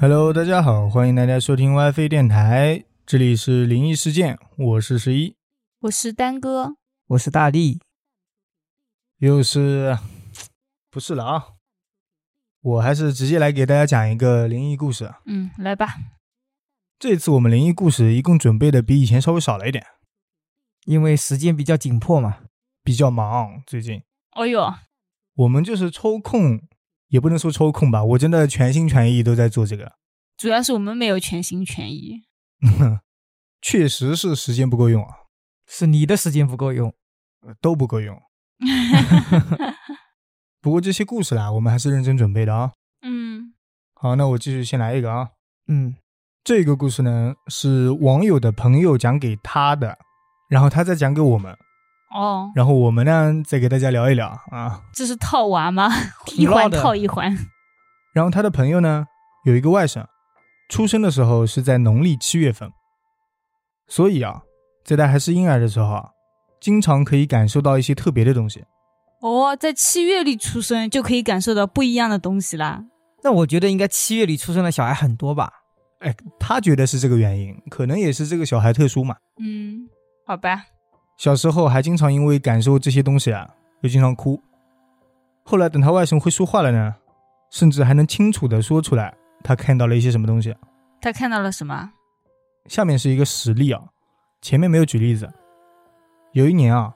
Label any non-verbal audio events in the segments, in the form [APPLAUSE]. Hello，大家好，欢迎大家收听 WiFi 电台，这里是灵异事件，我是十一，我是丹哥，我是大力，又是不是了啊？我还是直接来给大家讲一个灵异故事。啊嗯，来吧，这次我们灵异故事一共准备的比以前稍微少了一点，因为时间比较紧迫嘛。比较忙最近。哦哟，我们就是抽空，也不能说抽空吧，我真的全心全意都在做这个，主要是我们没有全心全意，确实是时间不够用啊，是你的时间不够用，呃都不够用。 [LAUGHS] 不过这些故事啦，我们还是认真准备的啊。嗯，好，那我继续先来一个啊。嗯，这个故事呢是网友的朋友讲给他的，然后他再讲给我们，哦，然后我们呢再给大家聊一聊啊。这是套娃吗？一挺绕环的套一环，然后他的朋友呢有一个外甥，出生的时候是在农历七月份，所以啊，在他还是婴儿的时候啊，经常可以感受到一些特别的东西。哦，在七月里出生就可以感受到不一样的东西啦。那我觉得应该七月里出生的小孩很多吧？哎，他觉得是这个原因，可能也是这个小孩特殊嘛。嗯，好吧，小时候还经常因为感受这些东西啊，就经常哭。后来等他外甥会说话了呢，甚至还能清楚的说出来他看到了一些什么东西。啊他看到了什么？下面是一个实例啊，前面没有举例子。有一年啊，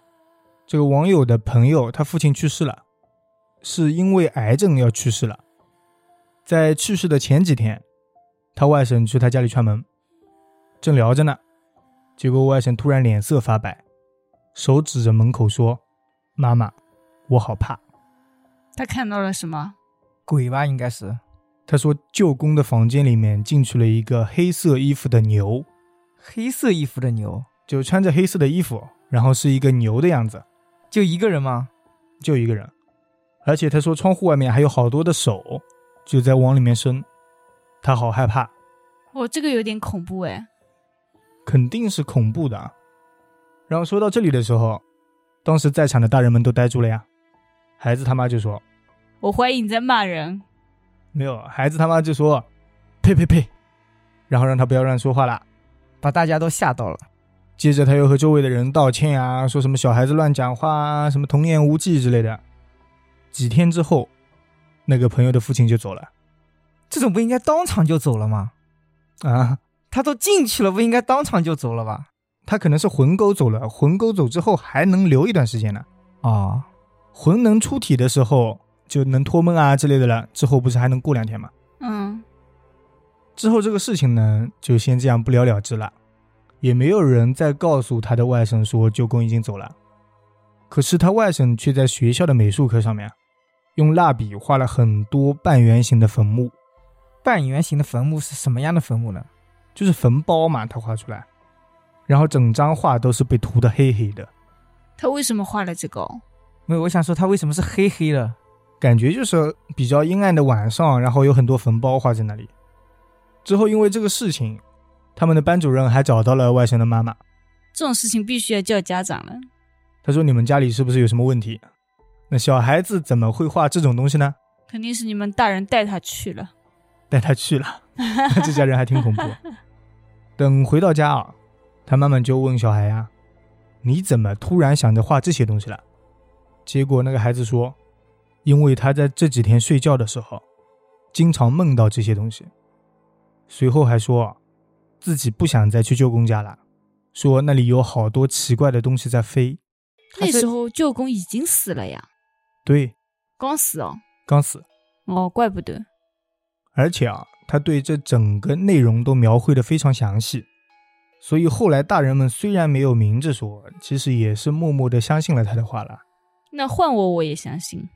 这个网友的朋友他父亲去世了，是因为癌症要去世了。在去世的前几天，他外甥去他家里串门，正聊着呢，结果外甥突然脸色发白，手指着门口说：“妈妈，我好怕。他看到了什么？鬼吧，应该是。”他说，舅公的房间里面进去了一个黑色衣服的牛，黑色衣服的牛，就穿着黑色的衣服，然后是一个牛的样子。就一个人吗？就一个人，而且他说窗户外面还有好多的手就在往里面伸，他好害怕，哦，这个有点恐怖哎。肯定是恐怖的。啊。然后说到这里的时候，当时在场的大人们都呆住了呀。孩子他妈就说我怀疑你在骂人。没有，孩子他妈就说呸呸呸，然后让他不要乱说话啦。把大家都吓到了。接着他又和周围的人道歉啊，说什么小孩子乱讲话啊，什么童言无忌之类的。几天之后，那个朋友的父亲就走了这种不应该当场就走了吗？啊。他都进去了，不应该当场就走了吧？他可能是魂勾走了，魂勾走之后还能留一段时间呢。哦，魂能出体的时候就能托梦啊之类的了，之后不是还能过两天吗？嗯，之后这个事情呢，就先这样不了了之了，也没有人再告诉他的外甥说舅公已经走了。可是他外甥却在学校的美术课上面，用蜡笔画了很多半圆形的坟墓，半圆形的坟墓是什么样的坟墓呢？就是坟包嘛，他画出来，然后整张画都是被涂得黑黑的，他为什么画了这个哦？没有，我想说他为什么是黑黑的？感觉就是比较阴暗的晚上，然后有很多坟包画在那里。之后因为这个事情，他们的班主任还找到了外甥的妈妈，这种事情必须要叫家长了。他说：“你们家里是不是有什么问题？那小孩子怎么会画这种东西呢肯定是你们大人带他去了。？”带他去了， [LAUGHS] 这家人还挺恐怖。等回到家啊，他妈妈就问小孩啊：“你怎么突然想着画这些东西了？”结果那个孩子说：“因为他在这几天睡觉的时候，经常梦到这些东西。”随后还说，自己不想再去舅公家了，说那里有好多奇怪的东西在飞。他那是时候舅公已经死了呀，对，刚死哦。刚死。哦，怪不得。而且啊，他对这整个内容都描绘的非常详细，所以后来大人们虽然没有明着说，其实也是默默的相信了他的话了。那换我我也相信。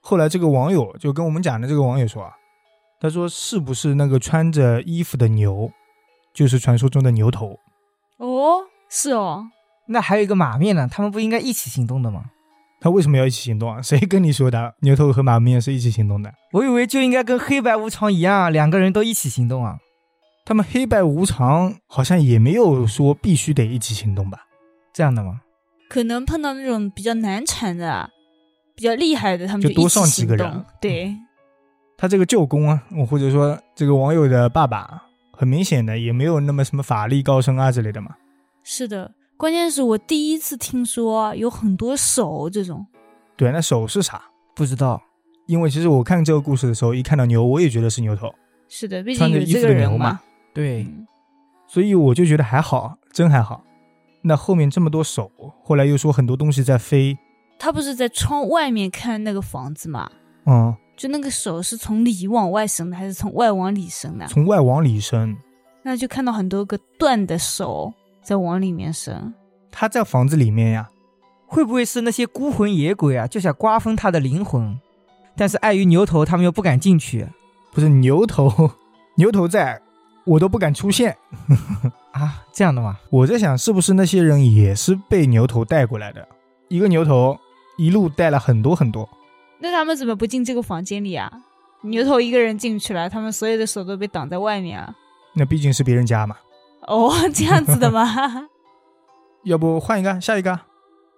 后来这个网友就跟我们讲的这个网友说啊，他说是不是那个穿着衣服的牛，就是传说中的牛头？哦，是哦，那还有一个马面呢，他们不应该一起行动的吗？他为什么要一起行动啊？谁跟你说的？牛头和马面是一起行动的，我以为就应该跟黑白无常一样啊，两个人都一起行动啊。他们黑白无常好像也没有说必须得一起行动吧？这样的吗？可能碰到那种比较难缠的、比较厉害的，他们就一多起上几行个动人嗯对，他这个舅公啊，或者说这个网友的爸爸，很明显的也没有那么什么法力高深啊之类的嘛。是的，关键是我第一次听说有很多手这种，对，那手是啥？不知道，因为其实我看这个故事的时候，一看到牛，我也觉得是牛头，是的，毕穿竟着有衣服这的个人牛嘛嘛。嗯对，所以我就觉得还好，真还好。那后面这么多手，后来又说很多东西在飞，他不是在窗外面看那个房子嘛？嗯，就那个手是从里往外伸的，还是从外往里伸的？啊从外往里伸。那就看到很多个断的手在往里面伸。他在房子里面呀，会不会是那些孤魂野鬼啊，就想瓜分他的灵魂？但是碍于牛头，他们又不敢进去不是牛头， [LAUGHS] 牛头在，我都不敢出现。啊，这样的吗？我在想，是不是那些人也是被牛头带过来的？一个牛头一路带了很多很多，那他们怎么不进这个房间里啊？牛头一个人进去了，他们所有的手都被挡在外面了。啊那毕竟是别人家嘛。哦， [LAUGHS] 这样子的吗？ [LAUGHS] 要不换一个，下一个啊。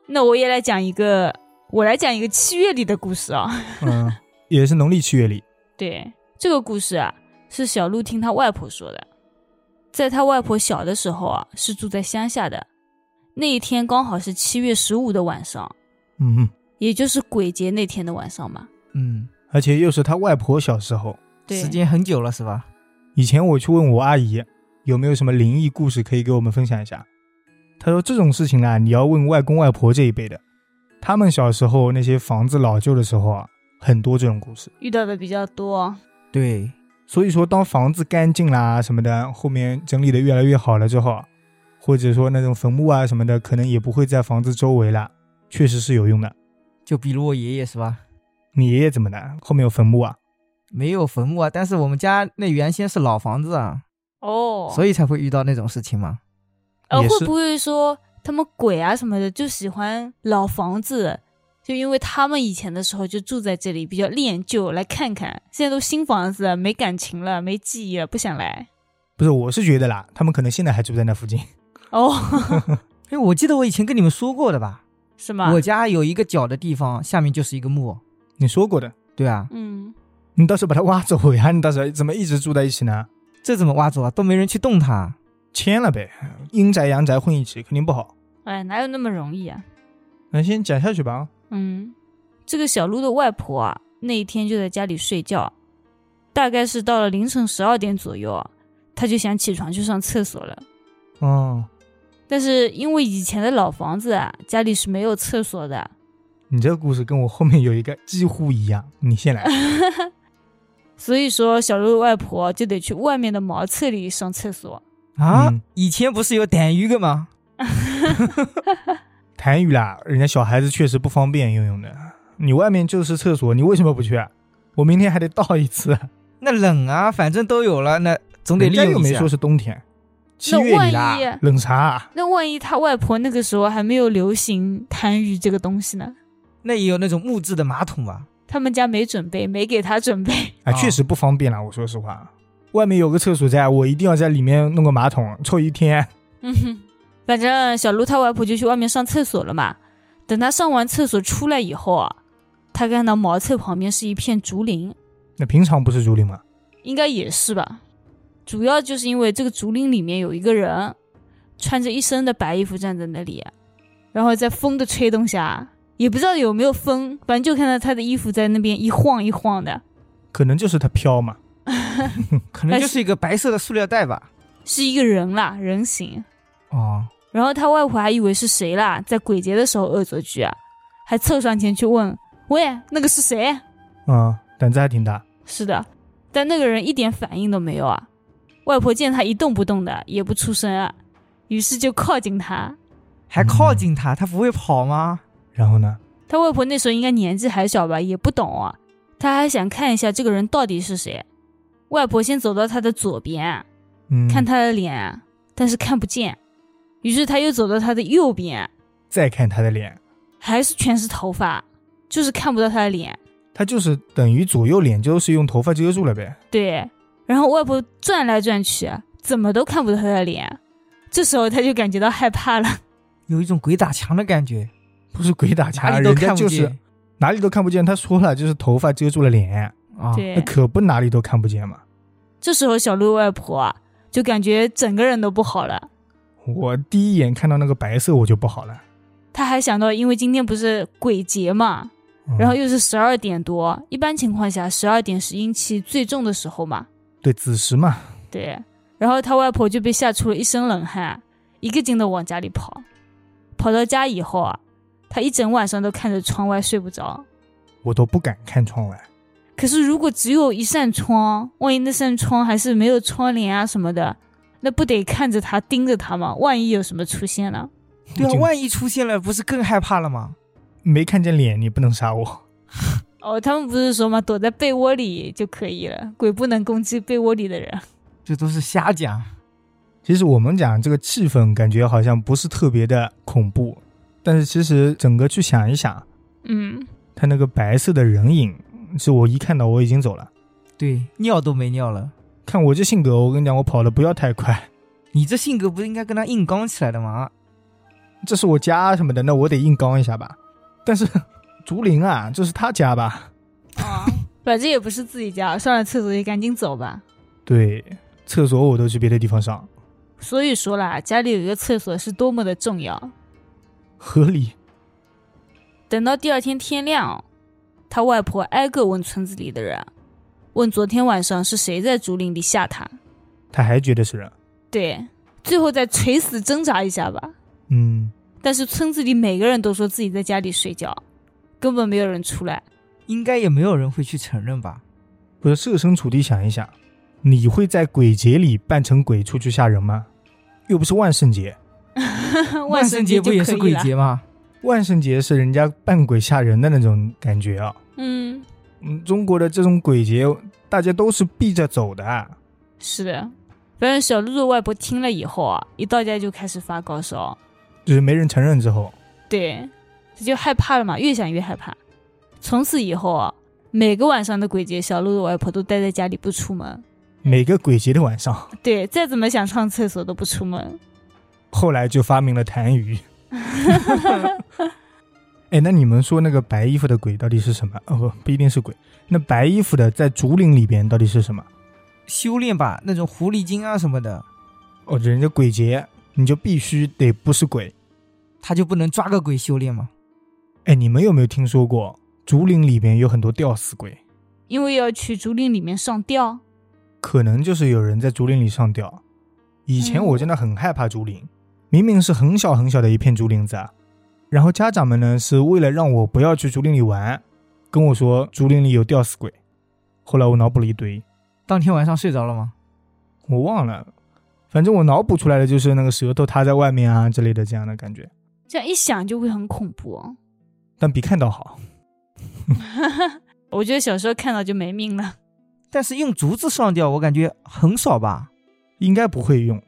那我也来讲一个，我来讲一个七月里的故事啊、嗯， [LAUGHS] 也是农历七月里。对，这个故事啊，是小鹿听他外婆说的。在他外婆小的时候啊，是住在乡下的。那一天刚好是七月十五的晚上，嗯，也就是鬼节那天的晚上嘛。嗯，而且又是他外婆小时候。对，时间很久了是吧？以前我去问我阿姨有没有什么灵异故事可以给我们分享一下，她说这种事情啊，你要问外公外婆这一辈的，他们小时候那些房子老旧的时候啊，很多这种故事。遇到的比较多。对，所以说，当房子干净啦什么的，后面整理的越来越好了之后啊，或者说那种坟墓啊什么的，可能也不会在房子周围啦，确实是有用的。就比如我爷爷是吧？你爷爷怎么的？后面有坟墓啊？没有坟墓啊，但是我们家那原先是老房子啊，哦所以才会遇到那种事情嘛。呃，也是会不会说他们鬼啊什么的就喜欢老房子？就因为他们以前的时候就住在这里，比较恋旧，来看看。现在都新房子了，没感情了，没记忆了，不想来。不是，我是觉得啦，他们可能现在还住在那附近。 [LAUGHS] 哦， [LAUGHS] 哎，我记得我以前跟你们说过的吧？是啊吗？我家有一个角的地方，下面就是一个墓。你说过的，对啊，嗯，你到时候把它挖走呀？你到时候怎么一直住在一起呢？这怎么挖走啊？都没人去动它。签了呗，阴宅阳宅混一起肯定不好。哎，哪有那么容易啊？那先讲下去吧啊。嗯，这个小鹿的外婆啊，那一天就在家里睡觉，大概是到了凌晨十二点左右啊，她就想起床去上厕所了。哦，但是因为以前的老房子啊，家里是没有厕所的，你这个故事跟我后面有一个几乎一样，你先来。 [LAUGHS] 所以说小鹿的外婆就得去外面的茅厕里上厕所。 [LAUGHS] 啊，嗯以前不是有胆鱼个吗？痰盂啦，人家小孩子确实不方便用用的。你外面就是厕所，你为什么不去啊？我明天还得倒一 [LAUGHS] 次。那冷啊，反正都有了，那总得人利家又用一没下说。是冬天，七月里啦那万一，冷啥啊？那万一他外婆那个时候还没有流行痰盂这个东西呢？那也有那种木质的马桶吧？他们家没准备，没给他准备。 [LAUGHS] 啊，啊确实不方便啦。我说实话，外面有个厕所在，我一定要在里面弄个马桶，臭一天。嗯哼，反正小鹿他外婆就去外面上厕所了嘛。等他上完厕所出来以后啊，他看到茅厕旁边是一片竹林，那平常不是竹林吗？应该也是吧。主要就是因为这个竹林里面有一个人，穿着一身的白衣服站在那里，然后在风的吹动下，也不知道有没有风，反正就看到他的衣服在那边一晃一晃的，可能就是它飘嘛。可哎能就是一个白色的塑料袋嗯吧。是一个人啦，人形。哦，然后他外婆还以为是谁啦，在鬼节的时候恶作剧啊，还凑上前去问：“喂，那个是谁嗯，胆子还挺大。？”是的，但那个人一点反应都没有啊。外婆见他一动不动的，也不出声啊，于是就靠近他。还靠近它，它不会跑吗？然后呢？他外婆那时候应该年纪还小吧，也不懂啊，他还想看一下这个人到底是谁。外婆先走到他的左边啊，嗯，看他的脸啊，但是看不见，于是他又走到他的右边啊，再看他的脸，还是全是头发，就是看不到他的脸。他就是等于左右脸就是用头发遮住了呗。对，然后外婆转来转去，怎么都看不到他的脸。这时候他就感觉到害怕了。有一种鬼打墙的感觉，不是鬼打哪墙，里都人家看不就是见。哪里都看不见。他说了，就是头发遮住了脸。啊，那对，可不哪里都看不见嘛。这时候小鹿外婆啊，就感觉整个人都不好了。我第一眼看到那个白色我就不好了，她还想到，因为今天不是鬼节嘛，嗯然后又是十二点多，一般情况下十二点是阴气最重的时候嘛，对子时嘛，对，然后他外婆就被吓出了一身冷汗，一个劲的往家里跑。跑到家以后啊，他一整晚上都看着窗外睡不着。我都不敢看窗外。可是如果只有一扇窗，万一那扇窗还是没有窗帘啊什么的，那不得看着他盯着他吗？万一有什么出现了，对啊我，就万一出现了，不是更害怕了吗？没看见脸，你不能杀我。哦，他们不是说嘛，躲在被窝里就可以了，鬼不能攻击被窝里的人。这都是瞎讲。其实我们讲这个气氛，感觉好像不是特别的恐怖，但是其实整个去想一想，嗯，他那个白色的人影，是我一看到我已经走了。对，尿都没尿了。看我这性格，我跟你讲，我跑的不要太快， [LAUGHS] 你这性格不是应该跟他硬刚起来的吗？这是我家什么的，那我得硬刚一下吧。但是竹林啊，这是他家吧？啊， [LAUGHS] 反正也不是自己家，上了厕所就赶紧走吧。对，厕所我都去别的地方上，所以说啦，家里有一个厕所是多么的重要。合理。等到第二天天亮，他外婆挨个问村子里的人，问昨天晚上是谁在竹林里吓他。他还觉得是人，对，最后再垂死挣扎一下吧。嗯，但是村子里每个人都说自己在家里睡觉，根本没有人出来。 [LAUGHS] 应该也没有人会去承认吧？不是设身处地想一想，你会在鬼节里扮成鬼出去吓人吗？又不是万圣节，万圣节不就也可是以鬼了。节吗？万圣节是人家扮鬼吓人的那种感觉啊。嗯，嗯，中国的这种鬼节，大家都是避着走的啊。是的。反正小鹿的外婆听了以后啊，一到家就开始发高烧。就是没人承认之后，对，他就害怕了嘛，越想越害怕。从此以后啊，每个晚上的鬼节，小鹿的外婆都待在家里不出门。每个鬼节的晚上，对，再怎么想上厕所都不出门。后来就发明了痰盂。 [LAUGHS] 哎，那你们说那个白衣服的鬼到底是什么？哦，不不一定是鬼。那白衣服的在竹林里边到底是什么？修炼吧，那种狐狸精啊什么的，哦，人家鬼节你就必须得不是鬼。他就不能抓个鬼修炼吗？哎，你们有没有听说过竹林里边有很多吊死鬼？因为要去竹林里面上吊，可能就是有人在竹林里上吊。以前嗯我真的很害怕竹林，明明是很小很小的一片竹林子啊，然后家长们呢是为了让我不要去竹林里玩，跟我说竹林里有吊死鬼。后来我脑补了一堆，当天晚上睡着了吗？我忘了，反正我脑补出来的就是那个舌头塌在外面啊之类的这样的感觉，这样一想就会很恐怖。哦但比看到好。 [LAUGHS] 我觉得小时候看到就没命了。但是用竹子上吊，我感觉很少吧。应该不会用，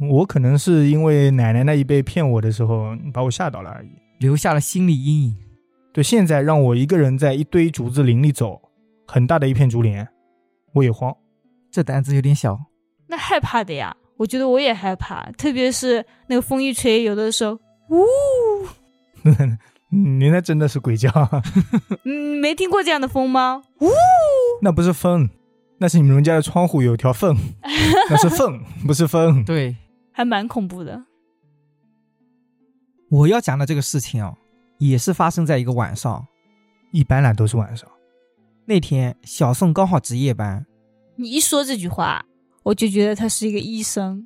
我可能是因为奶奶那一辈骗我的时候把我吓到了而已。留下了心理阴影。对，现在让我一个人在一堆竹子林里走，很大的一片竹林，我也慌。 [LAUGHS] 这胆子有点小。那害怕的呀，我觉得我也害怕，特别是那个风一吹，有的时候，呜，嗯你那真的是鬼叫，啊嗯，没听过这样的风吗？呜，那不是风，那是你们家的窗户有条缝，那是缝，不是风。对，还蛮恐怖的。我要讲的这个事情哦，也是发生在一个晚上。一般啦都是晚上，那天小宋刚好值夜班，你一说这句话，我就觉得他是一个医生，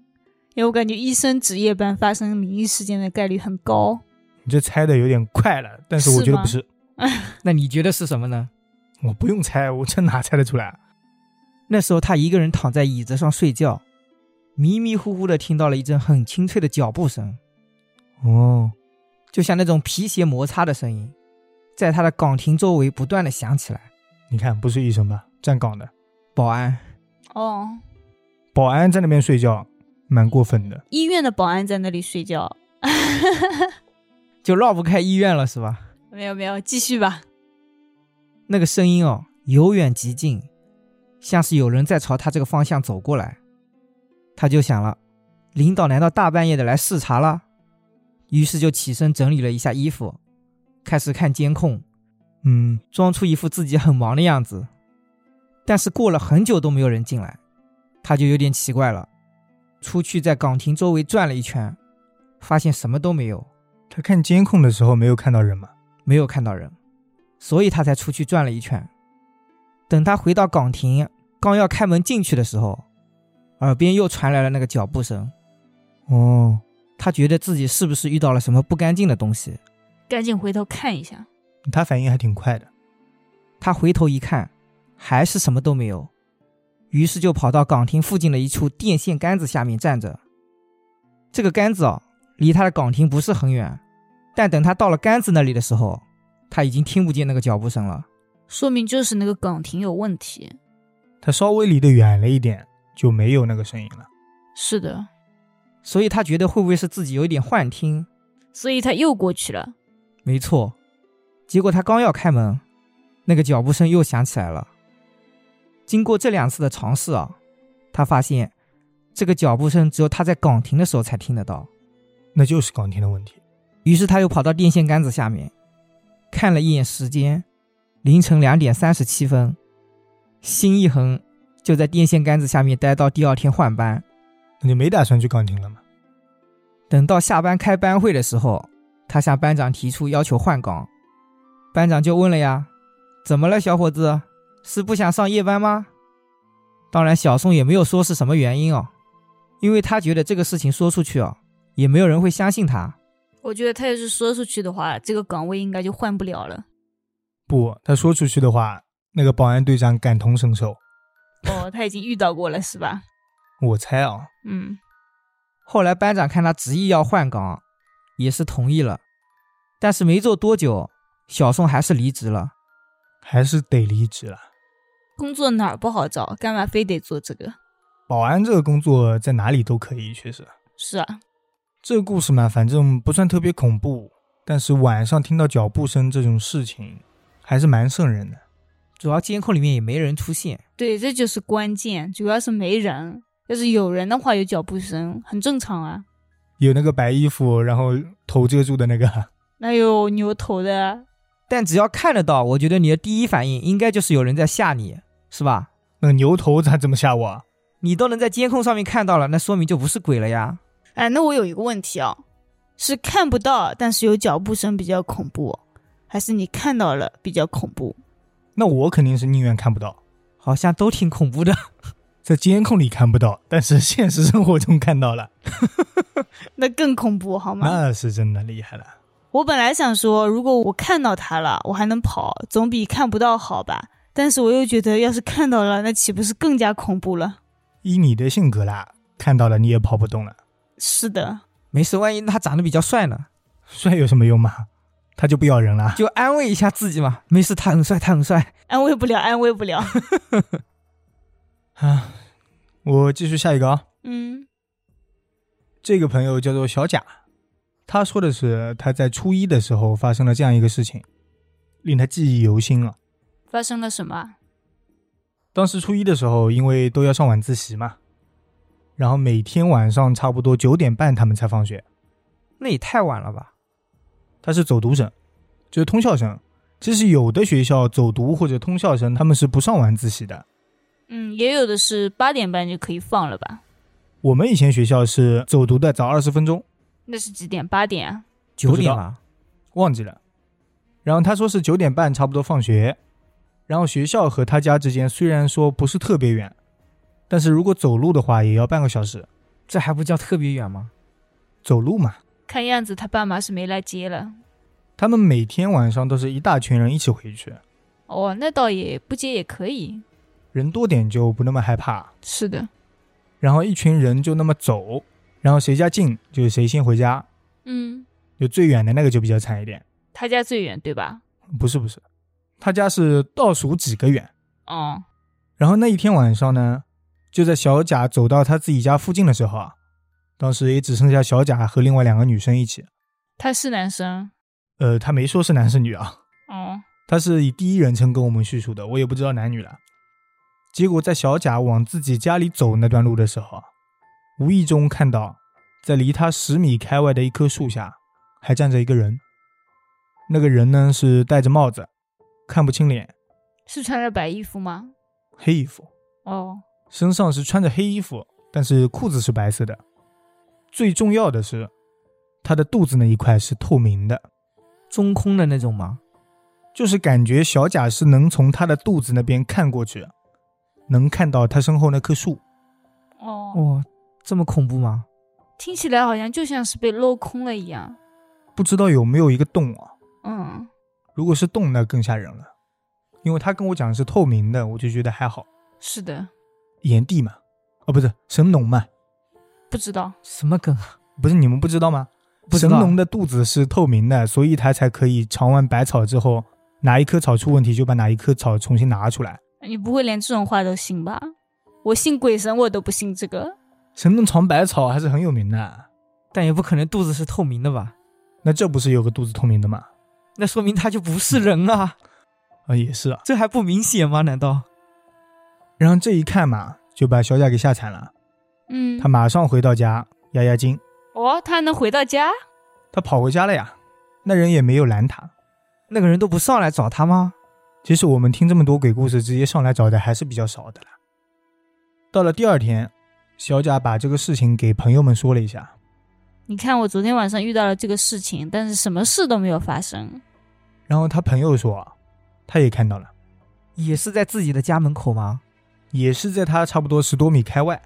因为我感觉医生值夜班发生灵异事件的概率很高。你这猜的有点快了，但是我是觉得吗不是，那你觉得是什么呢？我不用猜，我这哪猜得出来？啊那时候他一个人躺在椅子上睡觉，迷迷糊糊的听到了一阵很清脆的脚步声，哦，就像那种皮鞋摩擦的声音，在他的岗亭周围不断的响起来。你看不是医生吧？站岗的保安，哦，保安在那边睡觉，蛮过分的。医院的保安在那里睡觉。就绕不开医院了是吧？没有没有，继续吧。那个声音哦，由远及近，像是有人在朝他这个方向走过来。他就想了，领导难道大半夜的来视察了？于是就起身整理了一下衣服，开始看监控，嗯，装出一副自己很忙的样子。但是过了很久都没有人进来，他就有点奇怪了，出去在岗亭周围转了一圈，发现什么都没有，他看监控的时候没有看到人吗？没有看到人，所以他才出去转了一圈。等他回到岗亭，刚要开门进去的时候，耳边又传来了那个脚步声。哦，他觉得自己是不是遇到了什么不干净的东西？赶紧回头看一下。他反应还挺快的。他回头一看，还是什么都没有，于是就跑到岗亭附近的一处电线杆子下面站着。这个杆子哦，离他的岗亭不是很远，但等他到了杆子那里的时候，他已经听不见那个脚步声了。说明就是那个岗亭有问题。他稍微离得远了一点，就没有那个声音了。是的，所以他觉得会不会是自己有一点幻听？所以他又过去了。没错，结果他刚要开门，那个脚步声又响起来了。经过这两次的尝试啊，他发现这个脚步声只有他在岗亭的时候才听得到。那就是岗亭的问题。于是他又跑到电线杆子下面，看了一眼时间，凌晨两点三十七分，心一横，就在电线杆子下面待到第二天换班。那就没打算去岗亭了吗？等到下班开班会的时候，他向班长提出要求换岗，班长就问了呀：“怎么了，小伙子？是不想上夜班吗？”当然，小宋也没有说是什么原因哦，因为他觉得这个事情说出去哦，也没有人会相信他。我觉得他要是说出去的话，这个岗位应该就换不了了。不，他说出去的话，那个保安队长感同身受。哦，他已经遇到过了是吧？我猜啊，嗯，后来班长看他执意要换岗，也是同意了，但是没做多久，小宋还是离职了。还是得离职了。工作哪儿不好找，干嘛非得做这个？保安这个工作在哪里都可以，确实。是啊，这个故事嘛，反正不算特别恐怖，但是晚上听到脚步声这种事情，还是蛮瘆人的。主要监控里面也没人出现，对，这就是关键，主要是没人。要是有人的话，有脚步声，很正常啊。有那个白衣服，然后头遮住的那个，那有牛头的，但只要看得到，我觉得你的第一反应应该就是有人在吓你，是吧？那个牛头他怎么吓我啊？你都能在监控上面看到了，那说明就不是鬼了呀。哎，那我有一个问题哦，是看不到，但是有脚步声比较恐怖，还是你看到了比较恐怖？那我肯定是宁愿看不到，好像都挺恐怖的， [LAUGHS] 在监控里看不到，但是现实生活中看到了，那更恐怖好吗？那是真的厉害了。我本来想说，如果我看到他了，我还能跑，总比看不到好吧？但是我又觉得，要是看到了，那岂不是更加恐怖了？依你的性格啦，看到了你也跑不动了，是的，没事，万一他长得比较帅呢，帅有什么用嘛？他就不要人了。就安慰一下自己嘛。没事，他很帅，他很帅。安慰不了，安慰不了。 [LAUGHS] 啊，我继续下一个啊。嗯，这个朋友叫做小贾，他说的是他在初一的时候发生了这样一个事情，令他记忆犹新啊。发生了什么？当时初一的时候，因为都要上晚自习嘛，然后每天晚上差不多九点半他们才放学。那也太晚了吧？他是走读生，就是通校生。其实有的学校走读或者通校生，他们是不上晚自习的。嗯，也有的是八点半就可以放了吧？我们以前学校是走读的早二十分钟，那是几点？八点啊？九点了，忘记了。然后他说是九点半差不多放学，然后学校和他家之间虽然说不是特别远，但是如果走路的话也要半个小时。这还不叫特别远吗？走路嘛，看样子他爸妈是没来接了。他们每天晚上都是一大群人一起回去，哦，那倒也不接也可以。人多点就不那么害怕。是的，然后一群人就那么走，然后谁家近就谁先回家，嗯，就最远的那个就比较惨一点。他家最远对吧？不是不是，他家是倒数几个远。哦，然后那一天晚上呢，就在小贾走到他自己家附近的时候啊，当时也只剩下小贾和另外两个女生一起。他是男生。呃，他没说是男是女啊，哦，他是以第一人称跟我们叙述的，我也不知道男女了。结果在小贾往自己家里走那段路的时候啊，无意中看到在离他十米开外的一棵树下还站着一个人。那个人呢是戴着帽子，看不清脸，是穿着白衣服吗？黑衣服，哦，身上是穿着黑衣服，但是裤子是白色的。最重要的是，他的肚子那一块是透明的，中空的那种吗？就是感觉小贾是能从他的肚子那边看过去，能看到他身后那棵树。哦，哇、这么恐怖吗？听起来好像就像是被镂空了一样。不知道有没有一个洞啊？嗯，如果是洞，那更吓人了，因为他跟我讲是透明的，我就觉得还好。是的，炎帝嘛，哦，不是神农嘛，不知道。什么梗啊？不是你们不知道吗？不知神道农的肚子是透明的，所以他才可以尝完百草之后，哪一棵草出问题就把哪一棵草重新拿出来。你不会连这种话都信吧？我信鬼神，我都不信这个。神农尝百草还是很有名的，但也不可能肚子是透明的吧？那这不是有个肚子透明的吗？那说明他就不是 [LAUGHS] 人啊！啊、也是啊。这还不明显吗？难道然后这一看嘛，就把小贾给吓惨了。嗯，他马上回到家压压惊，哦，他还能回到家？他跑回家了呀。那人也没有拦他。那个人都不上来找他吗？其实我们听这么多鬼故事，直接上来找的还是比较少的啦。到了第二天，小贾把这个事情给朋友们说了一下，你看，我昨天晚上遇到了这个事情，但是什么事都没有发生。然后他朋友说，他也看到了，也是在自己的家门口吗？也是在他差不多十多米开外。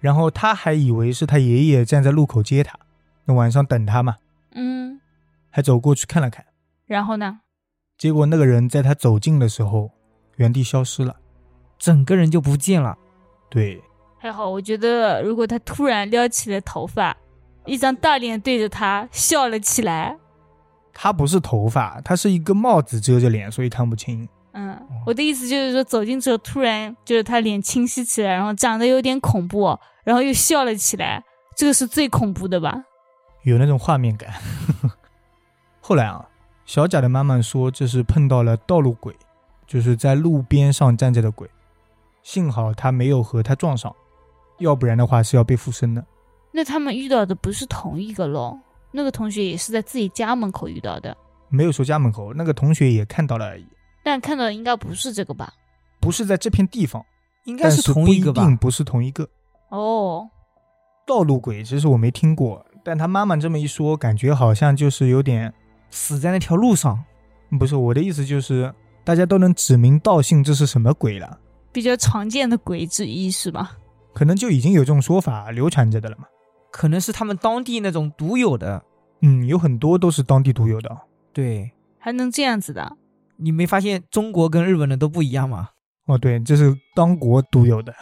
然后他还以为是他爷爷站在路口接他，那晚上等他嘛，嗯，还走过去看了看。然后呢？结果那个人在他走近的时候，原地消失了。整个人就不见了。对，还好，我觉得如果他突然撩起了头发，一张大脸对着他笑了起来，他不是头发，他是一个帽子遮着脸，所以看不清。嗯，我的意思就是说，走近之后突然就是他脸清晰起来，然后长得有点恐怖，然后又笑了起来，这个是最恐怖的吧？有那种画面感。 [LAUGHS] 后来啊，小贾的妈妈说这是碰到了道路鬼，就是在路边上站着的鬼。幸好他没有和他撞上，要不然的话是要被附身的。那他们遇到的不是同一个喽？那个同学也是在自己家门口遇到的，没有说家门口，那个同学也看到了而已，但看到的应该不是这个吧？不是在这片地方，应该但是是同不一一个吧？定不是同一个。哦，道路鬼其实我没听过，但他妈妈这么一说，感觉好像就是有点嗯死在那条路上，不是我的意思，就是大家都能指名道姓这是什么鬼了，比较常见的鬼之一是吧？可能就已经有这种说法流传着的了嘛。可能是他们当地那种独有的。嗯，有很多都是当地独有的。对，还能这样子的？你没发现中国跟日本的都不一样吗？哦，对，这是当国独有 [LAUGHS] 的。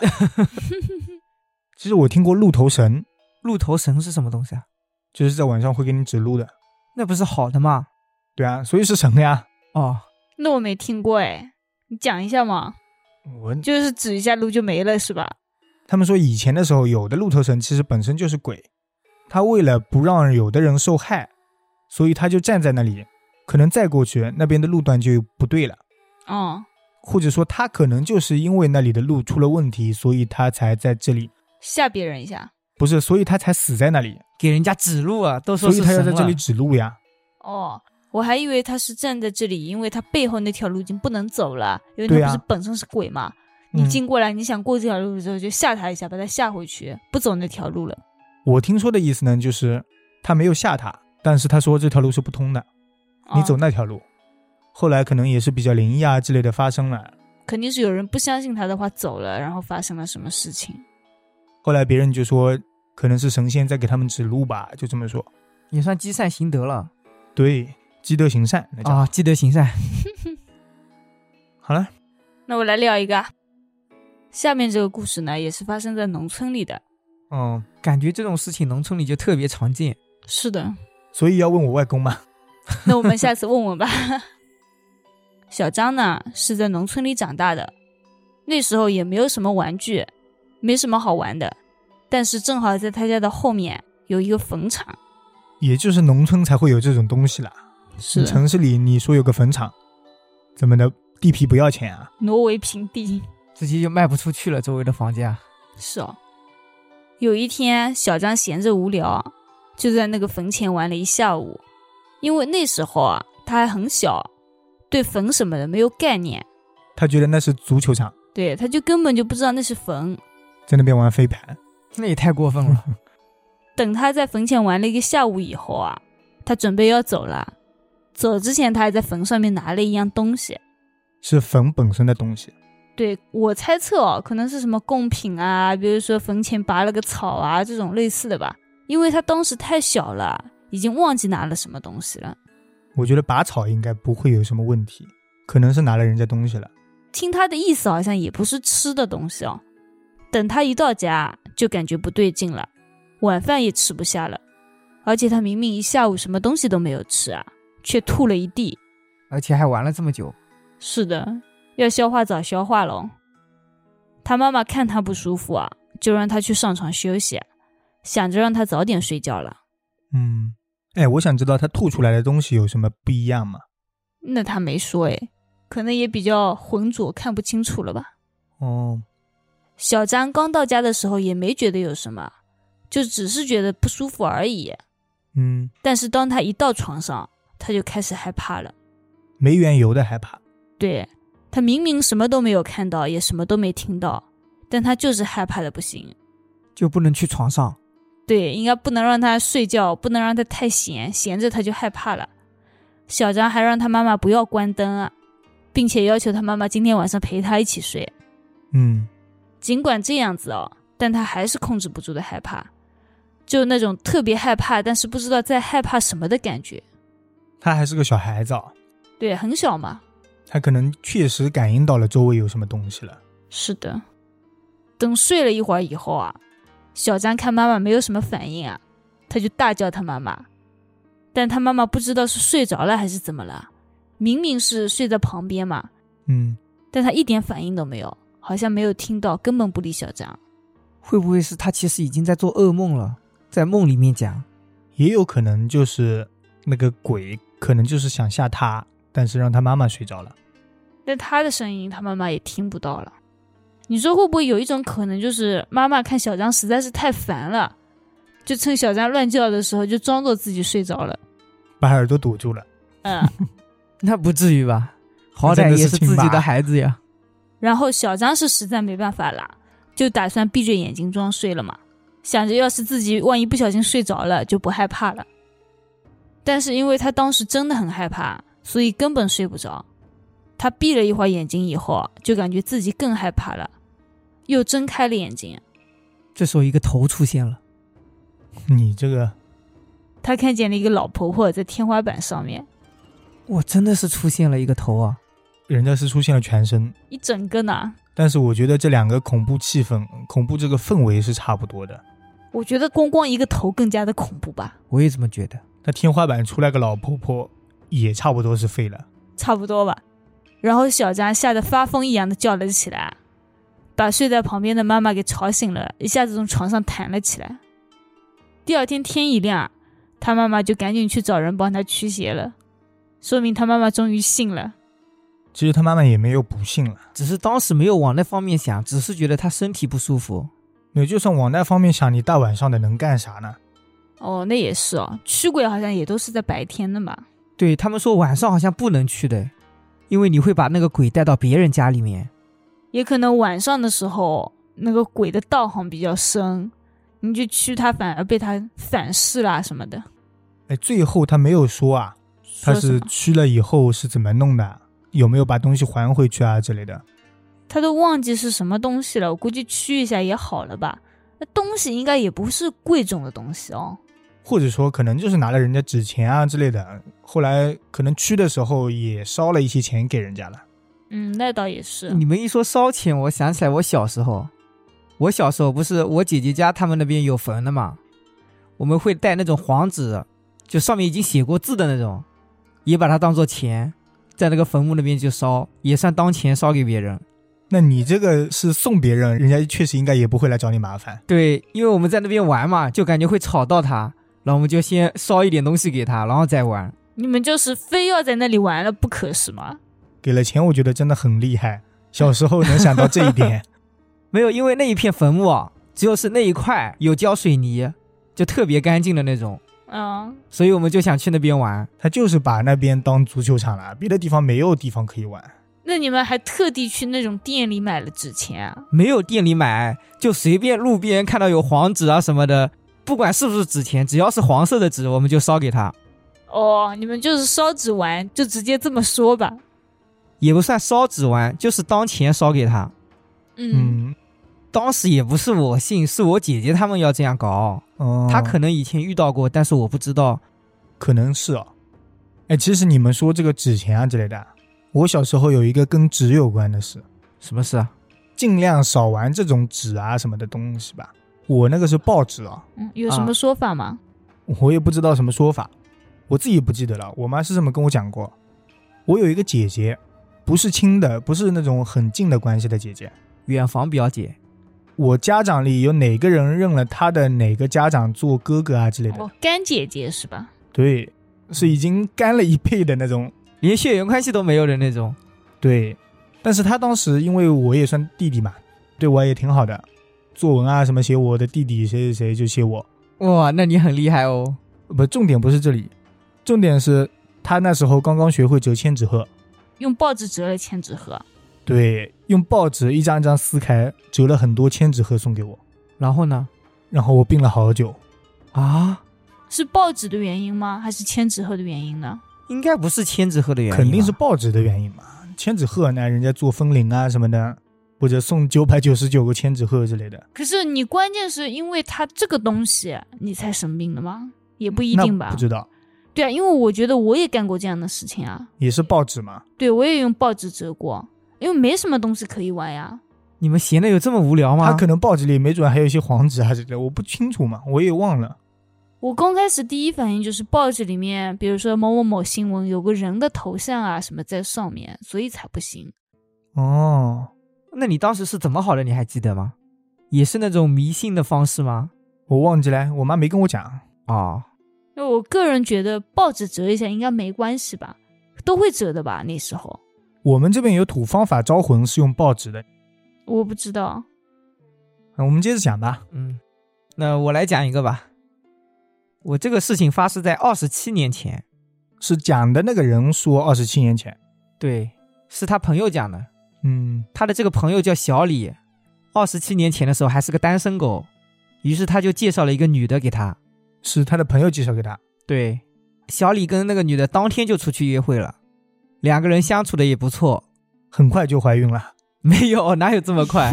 其实我听过路头神，鹿头神是什么东西啊？就是在晚上会给你指路的。那不是好的吗？对啊，所以是神呀。哦，那我没听过哎，你讲一下嘛，我就是指一下路就没了是吧？他们说以前的时候，有的路头神其实本身就是鬼，他为了不让有的人受害，所以他就站在那里，可能再过去那边的路段就不对了，嗯，或者说他可能就是因为那里的路出了问题，所以他才在这里，吓别人一下。不是，所以他才死在那里，给人家指路啊，都说所以是他要神在了。这里指路呀。哦，我还以为他是站在这里，因为他背后那条路已经不能走了，因为对啊他不是本身是鬼嘛。嗯你经过来，你想过这条路的时候，就吓他一下，把他吓回去，不走那条路了。我听说的意思呢，就是他没有吓他，但是他说这条路是不通的，你啊哦走那条路。后来可能也是比较灵异啊之类的发生了，肯定是有人不相信他的话走了，然后发生了什么事情。后来别人就说可能是神仙在给他们指路吧，就这么说。也算积善行德了对，积德行善那叫。啊，积德行善。好了，那我来聊一个啊，下面这个故事呢，也是发生在农村里的。嗯，感觉这种事情农村里就特别常见。是的，所以要问我外公嘛。 [LAUGHS] 那我们下次问问吧。 [LAUGHS] 小张呢是在农村里长大的，那时候也没有什么玩具，没什么好玩的，但是正好在他家的后面有一个坟场，也就是农村才会有这种东西啦。是城市里你说有个坟场，怎么的，地皮不要钱啊？挪威平地。直接就卖不出去了，周围的房啊价。是哦，有一天小张闲着无聊，就在那个坟前玩了一下午，因为那时候啊他还很小，对坟什么的没有概念，他觉得那是足球场，对，他就根本就不知道那是坟。在那边玩飞盘，那也太过分 [LAUGHS] 了。等他在坟前玩了一个下午以后啊，他准备要走了。走之前，他还在坟上面拿了一样东西。是坟本身的东西。对我猜测哦，可能是什么贡品啊，比如说坟前拔了个草啊，这种类似的吧。因为他当时太小了，已经忘记拿了什么东西了。我觉得拔草应该不会有什么问题，可能是拿了人家东西了。听他的意思，好像也不是吃的东西哦。等他一到家，就感觉不对劲了，晚饭也吃不下了，而且他明明一下午什么东西都没有吃啊，却吐了一地。而且还玩了这么久，是的，要消化早消化喽。他妈妈看他不舒服啊，就让他去上床休息、啊，想着让他早点睡觉了。嗯，哎，我想知道他吐出来的东西有什么不一样吗？那他没说诶，可能也比较浑浊，看不清楚了吧。哦，小张刚到家的时候也没觉得有什么，就只是觉得不舒服而已。嗯，但是当他一到床上，他就开始害怕了。没缘由的害怕。对他明明什么都没有看到，也什么都没听到，但他就是害怕的不行。就不能去床上。对，应该不能让他睡觉，不能让他太闲，闲着他就害怕了。小张还让他妈妈不要关灯啊，并且要求他妈妈今天晚上陪他一起睡。嗯，尽管这样子哦，但他还是控制不住的害怕，就那种特别害怕，但是不知道在害怕什么的感觉。他还是个小孩子啊，对，很小嘛。他可能确实感应到了周围有什么东西了。是的。等睡了一会儿以后啊，小张看妈妈没有什么反应啊，他就大叫他妈妈，但他妈妈不知道是睡着了还是怎么了，明明是睡在旁边嘛，嗯，但他一点反应都没有，好像没有听到，根本不理小张。会不会是他其实已经在做噩梦了，在梦里面讲？也有可能就是那个鬼，可能就是想吓他，但是让他妈妈睡着了。但他的声音他妈妈也听不到了。你说会不会有一种可能，就是妈妈看小张实在是太烦了，就趁小张乱叫的时候，就装作自己睡着了。把耳朵堵住了，嗯，那不至于吧？好真歹的也是是亲自己爸的孩子呀。然后小张是实在没办法了，就打算闭着眼睛装睡了嘛，想着要是自己万一不小心睡着了，就不害怕了。但是因为他当时真的很害怕，所以根本睡不着。他闭了一会儿眼睛以后啊，就感觉自己更害怕了，又睁开了眼睛。这时候一个头出现了，你这个他看见了一个老婆婆在天花板上面，哇，真的是出现了一个头啊！人家是出现了全身，一整个呢。但是我觉得这两个恐怖气氛、恐怖这个氛围是差不多的。我觉得光光一个头更加的恐怖吧，我也这么觉得。那天花板出来个老婆婆，也差不多是废了。差不多吧。然后小张吓得发疯一样的叫了起来，把睡在旁边的妈妈给吵醒了，一下子从床上弹了起来。第二天天一亮，他妈妈就赶紧去找人帮他驱邪了，说明他妈妈终于信了。其实他妈妈也没有不信了，只是当时没有往那方面想，只是觉得他身体不舒服。那就算往那方面想，你大晚上的能干啥呢？哦，那也是哦，驱鬼好像也都是在白天的嘛。对他们说晚上好像不能去的，因为你会把那个鬼带到别人家里面。也可能晚上的时候那个鬼的道行比较深，你去驱他反而被他反噬啦什么的。哎，最后他没有说啊，他说什是么去了以后是怎么弄的，有没有把东西还回去啊之类的。他都忘记是什么东西了，我估计驱一下也好了吧。那东西应该也不是贵重的东西哦。或者说可能就是拿了人家纸钱啊之类的，后来可能去的时候也烧了一些钱给人家了。嗯，那倒也是。你们一说烧钱，我想起来我小时候，我小时候不是我姐姐家他们那边有坟的嘛，我们会带那种黄纸，就上面已经写过字的那种，也把它当做钱，在那个坟墓那边就烧，也算当钱烧给别人。那你这个是送别人，人家确实应该也不会来找你麻烦。对，因为我们在那边玩嘛，就感觉会吵到他，然后我们就先烧一点东西给他，然后再玩。你们就是非要在那里玩了不可是吗？给了钱，我觉得真的很厉害。小时候能想到这一 [LAUGHS] 点，没有，因为那一片坟墓啊，只有是那一块有浇水泥，就特别干净的那种，嗯，所以我们就想去那边玩。他就是把那边当足球场了，别的地方没有地方可以玩。那你们还特地去那种店里买了纸钱啊？没有店里买，就随便路边看到有黄纸啊什么的，不管是不是纸钱，只要是黄色的纸，我们就烧给他，哦，你们就是烧纸玩，就直接这么说吧。也不算烧纸玩，就是当钱烧给他。嗯，嗯，当时也不是我信，是我姐姐他们要这样搞，哦，她可能以前遇到过，但是我不知道。可能是哦。哎，其实你们说这个纸钱啊之类的啊，我小时候有一个跟纸有关的事，什么事啊？尽量少玩这种纸啊什么的东西吧。我那个是报纸啊，嗯有什么说法吗？我也不知道什么说法，我自己不记得了。我妈是这么跟我讲过。我有一个姐姐，不是亲的，不是那种很近的关系的姐姐。远房表姐，我家长里有哪个人认了她的哪个家长做哥哥啊之类的哦，，干姐姐是吧？对，是已经干了一辈的那种。连血缘关系都没有的那种。对，但是她当时因为我也算弟弟嘛，对我也挺好的，作文啊什么写我的弟弟谁谁谁就写我。哇，那你很厉害哦。不，重点不是这里，重点是她那时候刚刚学会折千纸鹤，用报纸折了千纸鹤，对，用报纸一张一张撕开，折了很多千纸鹤送给我，然后呢？然后我病了好久。啊，是报纸的原因吗？还是千纸鹤的原因呢？应该不是千纸鹤的原因吧，肯定是报纸的原因嘛。千纸鹤呢，人家做风铃啊什么的，或者送九百九十九个千纸鹤之类的，可是你关键是因为它这个东西，你才生病的吗？也不一定那吧不。知道，对啊，因为我觉得我也干过这样的事情啊。也是报纸嘛。对，我也用报纸折过，因为没什么东西可以啊玩呀。你们闲的有这么无聊吗？他可能报纸里没准还有一些黄纸啊之类的，我不清楚嘛，我也忘了。我刚开始第一反应就是报纸里面，比如说某某某新闻有个人的头像啊什么在上面，所以才不行。哦，那你当时是怎么好的？你还记得吗？也是那种迷信的方式吗？我忘记了，我妈没跟我讲。哦，因为我个人觉得报纸折一下应该没关系吧，都会折的吧？那时候我们这边有土方法招魂是用报纸的，我不知道，嗯我们接着讲吧。嗯，那我来讲一个吧。我这个事情发生在二十七年前，是讲的那个人说二十七年前，对，是他朋友讲的。嗯，他的这个朋友叫小李，二十七年前的时候还是个单身狗，于是他就介绍了一个女的给他。是他的朋友介绍给他。对，小李跟那个女的当天就出去约会了，两个人相处的也不错。很快就怀孕了。没有，哪有这么快？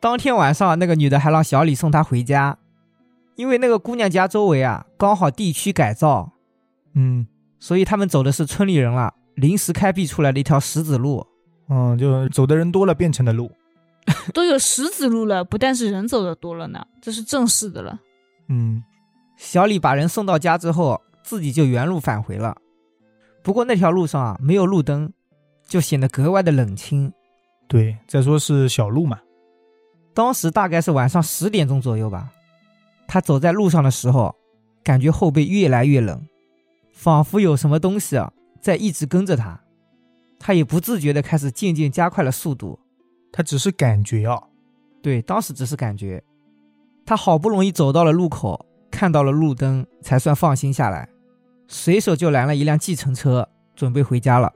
当天晚上，那个女的还让小李送她回家，因为那个姑娘家周围啊刚好地区改造，嗯所以他们走的是村里人了，临时开辟出来的一条石子路。嗯，就走的人多了变成的路。都有石子路了，不但是人走的多了呢，这是正式的了。嗯，小李把人送到家之后，自己就原路返回了。不过那条路上啊没有路灯，就显得格外的冷清。对。再说是小路嘛，当时大概是晚上十点钟左右吧，他走在路上的时候，感觉后背越来越冷，仿佛有什么东西啊在一直跟着他。他也不自觉的开始渐渐加快了速度。他只是感觉啊，对，当时只是感觉。他好不容易走到了路口，看到了路灯，才算放心下来，随手就拦了一辆计程车，准备回家了。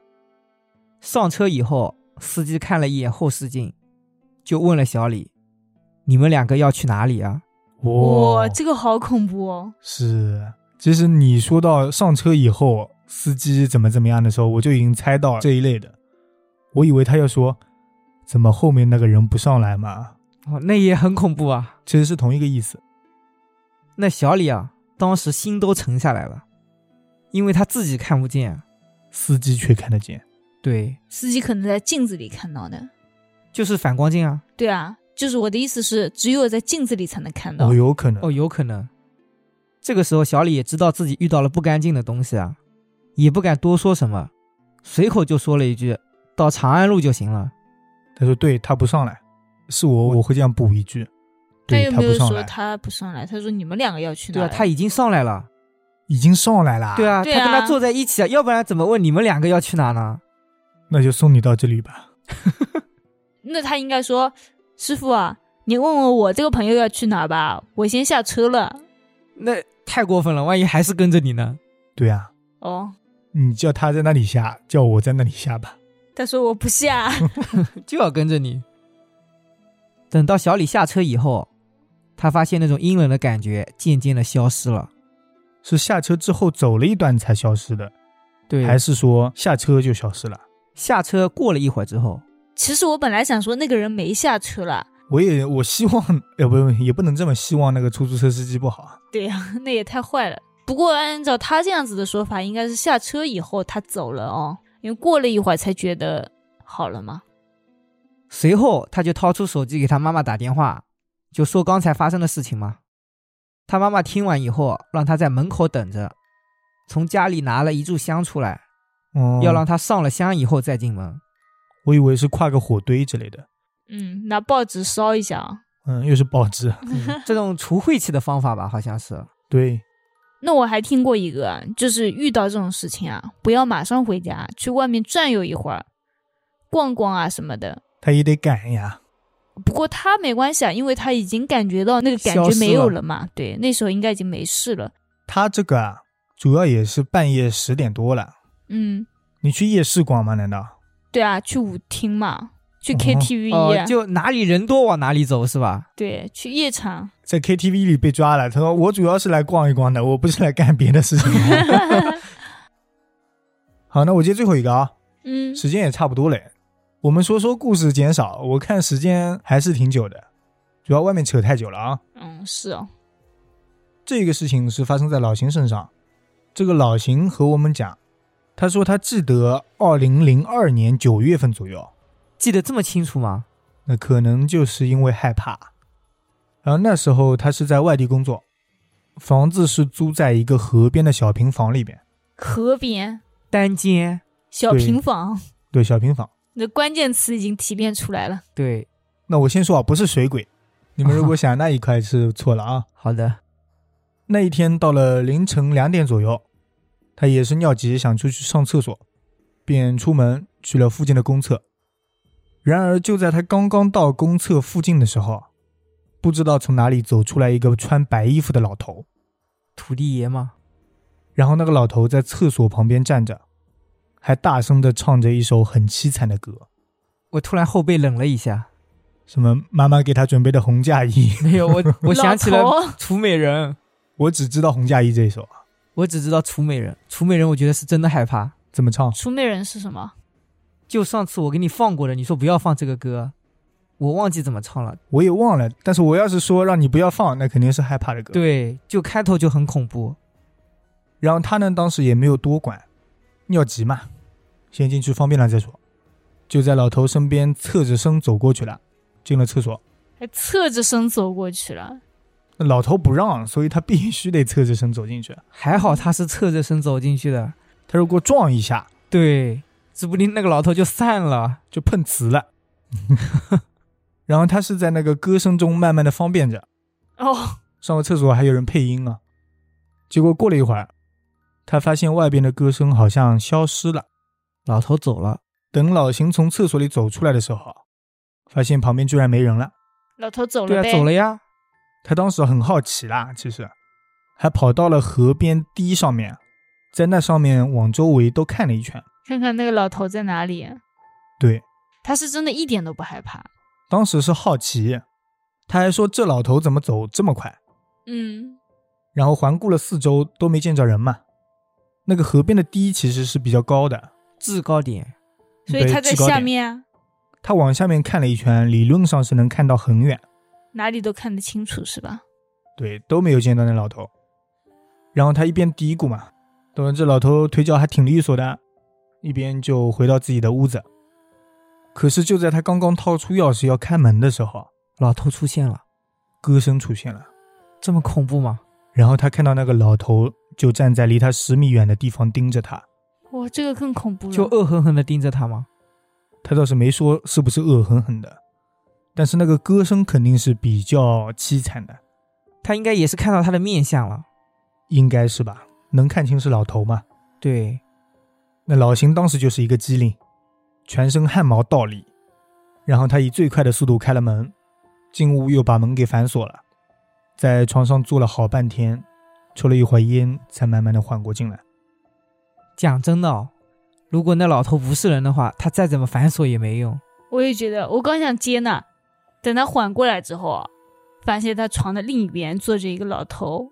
上车以后，司机看了一眼后视镜，就问了小李：“你们两个要去哪里啊？”哇，这个好恐怖哦！哦是。其实你说到上车以后，司机怎么怎么样的时候，我就已经猜到这一类的。我以为他要说，怎么后面那个人不上来嘛？哦，那也很恐怖啊！其实是同一个意思。那小李啊，当时心都沉下来了，因为他自己看不见啊。司机却看得见，对，司机可能在镜子里看到的。就是反光镜啊。对啊，就是我的意思是，只有在镜子里才能看到。哦，有可能。哦，有可能。这个时候，小李也知道自己遇到了不干净的东西啊，也不敢多说什么，随口就说了一句：“到长安路就行了。他说对他不上来，是我我会这样补一句，他对又没不有上说来，他不上来，他说你们两个要”去哪对儿啊，了？他已经上来了。已经上来啦。对，啊，对他跟他啊坐在一起啊，要不然怎么问你们两个要去哪呢？那就送你到这里吧。那他应该说，师傅啊，你问问我这个朋友要去哪儿吧，我先下车了。那太过分了，万一还是跟着你呢？对啊，哦，你叫他在那里下，叫我在那里下吧。他说我不下， [LAUGHS] 就要跟着你。等到小李下车以后，他发现那种阴冷的感觉渐渐的消失了。是下车之后走了一段才消失的，对还是说下车就消失了？下车过了一会儿之后，其实我本来想说那个人没下车了， [LAUGHS] 我也我希望，呃，不，也不能这么希望那个出租车司机不好啊。对呀、那也太坏了。不过按照他这样子的说法，应该是下车以后他走了哦，因为过了一会儿才觉得好了嘛。随后他就掏出手机给他妈妈打电话，就说刚才发生的事情嘛。他妈妈听完以后，让他在门口等着，从家里拿了一炷香出来，哦要让他上了香以后再进门。我以为是跨个火堆之类的，嗯，拿报纸烧一下啊。嗯，又是报纸，嗯这种除晦气的方法吧，好像是。对，那我还听过一个，啊就是遇到这种事情啊，不要马上回家，去外面转悠一会儿，逛逛啊什么的。他也得赶呀。不过他没关系啊，因为他已经感觉到那个感消觉失没有了了嘛。对，那时候应该已经没事了。他这个啊，主要也是半夜十点多了，嗯，你去夜市逛吗？难道？对啊，去舞厅嘛，去哦 KTV 哦、呀、就哪里人多往哪里走是吧？对，去夜场。在 KTV 里被抓了，他说我主要是来逛一逛的，我不是来干别的事情 [LAUGHS] 的。好，那我接最后一个啊，嗯，时间也差不多嘞。我们说说故事减少，我看时间还是挺久的，主要外面扯太久了啊。嗯，是哦，这个事情是发生在老邢身上。这个老邢和我们讲，他说他记得二零零二年九月份左右，记得这么清楚吗？那可能就是因为害怕。然后那时候他是在外地工作，房子是租在一个河边的小平房里边，河边单间，小对平房，对，小平房。那关键词已经提炼出来了。对，那我先说啊，不是水鬼，你们如果想那一块是错了啊。好的，那一天到了凌晨两点左右，他也是尿急，想出去上厕所，便出门去了附近的公厕。然而，就在他刚刚到公厕附近的时候，不知道从哪里走出来一个穿白衣服的老头。土地爷嘛，然后那个老头在厕所旁边站着，还大声的唱着一首很凄惨的歌，我突然后背冷了一 [LAUGHS] 下，什么妈妈给他准备的红嫁衣， [LAUGHS] 没有，我我想起了老头楚美人，我只知道红嫁衣这一首啊，我只知道楚美人，楚美人，我觉得是真的害怕。怎么唱？楚美人是什么？就上次我给你放过的，你说不要放这个歌，我忘记怎么唱了。我也忘了，但是我要是说让你不要放，那肯定是害怕的歌。对，就开头就很恐怖。然后他呢，当时也没有多管，尿急嘛，先进去方便了再说。就在老头身边侧着身走过去了，进了厕所。还侧着身走过去了。那老头不让，所以他必须得侧着身走进去。还好他是侧着身走进去的，他如果撞一下，对，指不定那个老头就散了。就碰瓷了。 [LAUGHS] 然后他是在那个歌声中慢慢的方便着，哦，上个厕所还有人配音啊。结果过了一会儿，他发现外边的歌声好像消失了。老头走了，等老邢从厕所里走出来的时候，发现旁边居然没人了。老头走对了啊，呗，走了呀。他当时很好奇啦，其实还跑到了河边堤上面，在那上面往周围都看了一圈。看看那个老头在哪里。对，他是真的一点都不害怕。当时是好奇，他还说这老头怎么走这么快？嗯，然后环顾了四周都没见着人嘛。那个河边的堤其实是比较高的，制高点，所嗯以对他在制高下点面啊，他往下面看了一圈，理论上是能看到很远。哪里都看得清楚，是吧？对，都没有见到那老头。然后他一边嘀咕嘛，等这老头腿脚还挺利索的，一边就回到自己的屋子。可是就在他刚刚掏出钥匙要开门的时候，老头出现了，歌声出现了，这么恐怖吗？然后他看到那个老头就站在离他十米远的地方盯着他。哇，这个更恐怖了。就恶狠狠地盯着他吗？他倒是没说是不是恶狠狠的，但是那个歌声肯定是比较凄惨的，他应该也是看到他的面相了。应该是吧？能看清是老头吗？对，那老邢当时就是一个机灵，全身汗毛倒立，然后他以最快的速度开了门，进屋又把门给反锁了，在床上坐了好半天，抽了一会儿烟，才慢慢的缓过劲来。讲真的哦，如果那老头不是人的话，他再怎么反锁也没用。我也觉得，我刚想接呢，等他缓过来之后啊，发现他床的另一边坐着一个老头，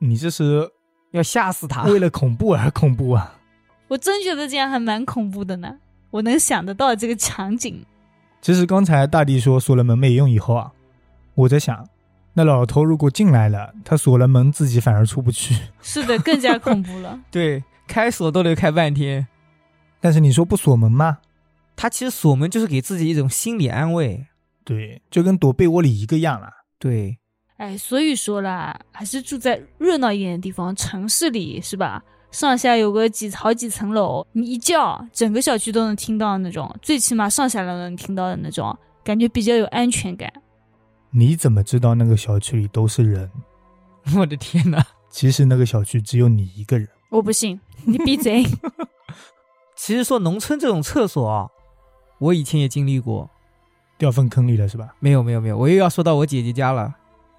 你这是要吓死他！为了恐怖而恐怖啊！我真觉得这样还蛮恐怖的呢。我能想得到这个场景，其实刚才大地说锁了门没用以后啊，我在想，那老头如果进来了，他锁了门自己反而出不去。 [LAUGHS] 是的，更加恐怖了。对，开锁都得开半天。但是你说不锁门吗？他其实锁门就是给自己一种心理安慰。对，就跟躲被窝里一个样啊了。对，哎，所以说啦，还是住在热闹一点的地方，城市里是吧？上下有个几好几层楼，你一叫，整个小区都能听到那种，最起码上下楼能听到的那种，感觉比较有安全感。你怎么知道那个小区里都是人？我的天哪！其实那个小区只有你一个人。我不信，你 [LAUGHS] 闭嘴！其实说农村这种厕所啊，我以前也经历过。掉粪坑里了是吧？没有没有没有，我又要说到我姐姐家 [LAUGHS] 了。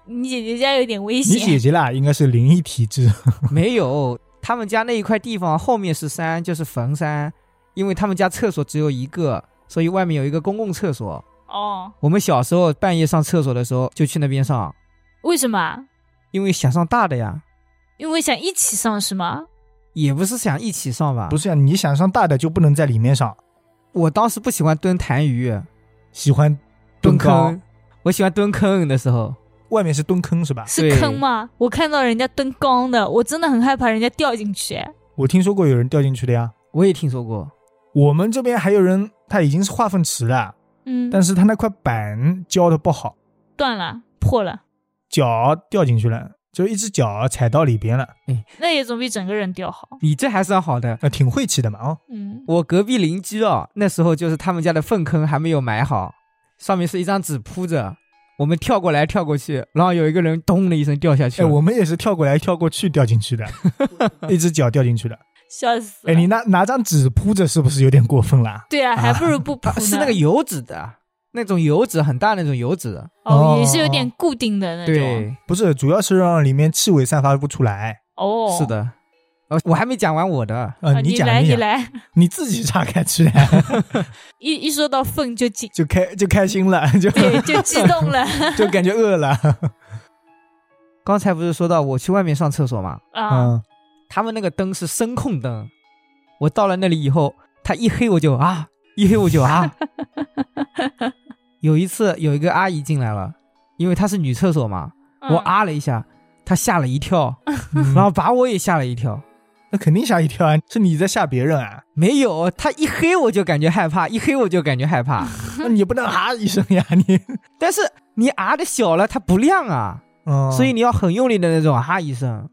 你姐姐家有点危你险。姐姐啦，应该是灵异体 [LAUGHS] 质。没有，他们家那一块地方后面是山，就是坟山，因为他们家厕所只有一个，所以外面有一个公共厕所。哦，我们小时候半夜上厕所的时候就去那边上，为什么啊？因为想上大的呀，因为想一起上是吗？也不是想一起上吧。不是啊，你想上大的就不能在里面上，我当时不喜欢蹲痰盂、喜欢蹲高，坑，我喜欢蹲坑的时候。外面是蹲坑是吧？是对坑吗？我看到人家蹲缸的，我真的很害怕人家掉进去。我听说过有人掉进去的呀。我也听说过，我们这边还有人，他已经是化粪池了，嗯，但是他那块板浇的不好，断了，破了，脚掉进去了，就一只脚踩到里边了，那也总比整个人掉好。你这还算好的。那挺晦气的嘛哦。嗯，我隔壁邻居哦，那时候就是他们家的粪坑还没有埋好，上面是一张纸铺着，我们跳过来跳过去，然后有一个人咚的一声掉下去哎，了。我们也是跳过来跳过去掉进去 [LAUGHS] 的，一只脚掉进去的。笑死了。哎，你拿拿张纸铺着是不是有点过分啦？对啊，还不如不铺啊呢。是那个油纸的，那种油纸很大那种油纸，啊哦，也哦是有点固定的那种。对，不是，主要是让里面气味散发不出来。哦，是。的。呃，我还没讲完我的，啊，呃，你讲来，你讲，来，你自己岔开去的， [LAUGHS] 一一说到粪就激， [LAUGHS] 就开就开心了， [LAUGHS] 就对，就激动了就感觉饿了。刚才不是说到我去外面上厕所吗？啊！嗯，他们那个灯是声控灯，我到了那里以后，它一黑我就啊，一黑我就啊。有一次有一个阿姨进来了，因为她是女厕所嘛，嗯我，啊了一下，她吓了一跳，然然后后把我也吓了一跳。那肯定吓一跳啊，是你在吓别人 [LAUGHS] 啊，没有，她一黑我就感觉害怕，一黑我就感觉害怕。那你不能啊一声呀，你，但是你啊的小了，它不亮啊，嗯，所以你要很用力的那种啊一声。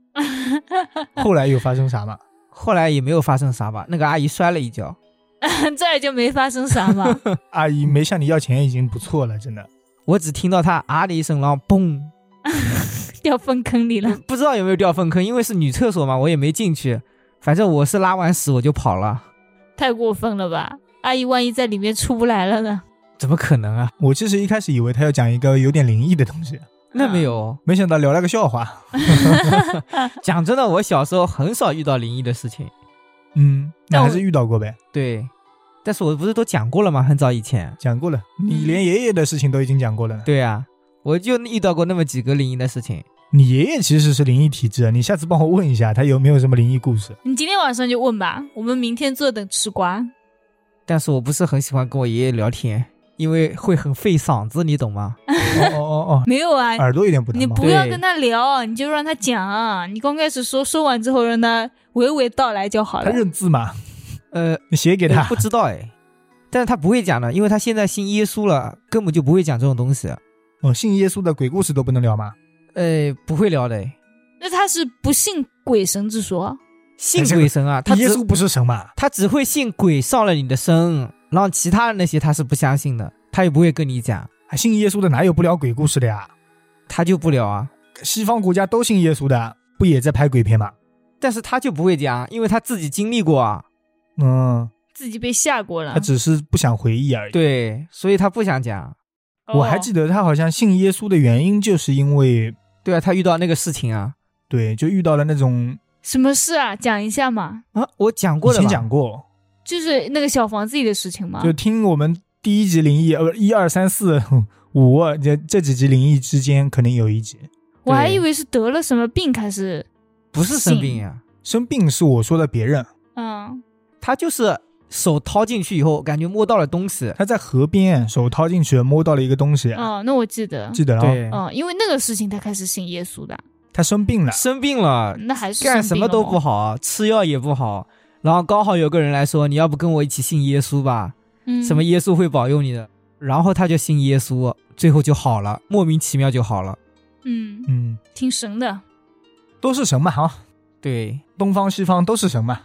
后来有发生啥吗？后来也没有发生啥吧，那个阿姨摔了一跤， [LAUGHS] 再就没发生啥嘛。阿姨没向你要钱已经不错了，真的。我只听到她啊的一声，然后嘣，掉粪坑里了。不知道有没有掉粪坑，因为是女厕所嘛，我也没进去。反正我是拉完屎我就跑了，太过分了吧？阿姨万一在里面出不来了呢？怎么可能啊？我其实一开始以为他要讲一个有点灵异的东西，那没有，没想到聊了个笑话。讲真的，我小时候很少遇到灵异的事情。嗯，但那我还是遇到过呗，对，但是我不是都讲过了吗？很早以前。讲过了。你连爷爷的事情都已经讲过了呢。对啊，我就遇到过那么几个灵异的事情。你爷爷其实是灵异体质，啊你下次帮我问一下他有没有什么灵异故事。你今天晚上就问吧，我们明天坐等吃瓜。但是我不是很喜欢跟我爷爷聊天，因为会很费嗓子，你懂吗？哦哦哦 [LAUGHS] 没有啊哦，，耳朵有点不你疼吗？不要对跟他聊，啊你就让他讲、啊你刚开始说，说完之后让他娓娓道来就好他了。认字嘛，呃，你写给我他不。知道哎，但是他不会讲的，因为他现在信耶稣了，根本就不会讲这种东西。哦，信耶稣的鬼故事都不能聊吗？呃，不会聊的哎，那他是不信鬼神之说，信哎这个鬼神啊，他耶只稣不是神嘛？他只会信鬼上了你的身，然后其他的那些他是不相信的，他也不会跟你讲，还信耶稣的哪有不聊鬼故事的呀？他就不聊啊。西方国家都信耶稣的，不也在拍鬼片吗？但是他就不会讲，因为他自己经历过啊，嗯，自己被吓过了他。只是不想回忆而已。对，所以他不想讲。哦我还记得他好像信耶稣的原因，就是因为对啊，他遇到那个事情啊对，就遇到了那种什么事啊？讲一下嘛。啊，我讲过以的前吧？讲过，就是那个小房子里的事情吗？就听我们第一集灵异，呃，一二三四五呃这这几集灵异之间，可能有一集我还对以为是得了什么病开始，不是生病呀、生病是我说的别人，嗯，他就是手掏进去以后，感觉摸到了东西，他在河边手掏进去摸到了一个东西，啊哦，那我记得，记得了啊，对，嗯，因为那个事情他开始信耶稣的，啊他生病了，生病了，那还是嗯干生什病么了哦都嘛不好，吃药也不好。然后刚好有个人来说，你要不跟我一起信耶稣吧？嗯什么耶稣会保佑你的。然后他就信耶稣，最后就好了，莫名其妙就好了。嗯，嗯，挺神的，都是神嘛，啊，对，东方西方都是神嘛。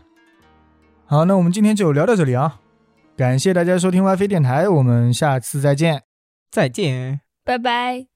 好，那我们今天就聊到这里啊，感谢大家收听 WiFi 电台，我们下次再见。再见。拜拜。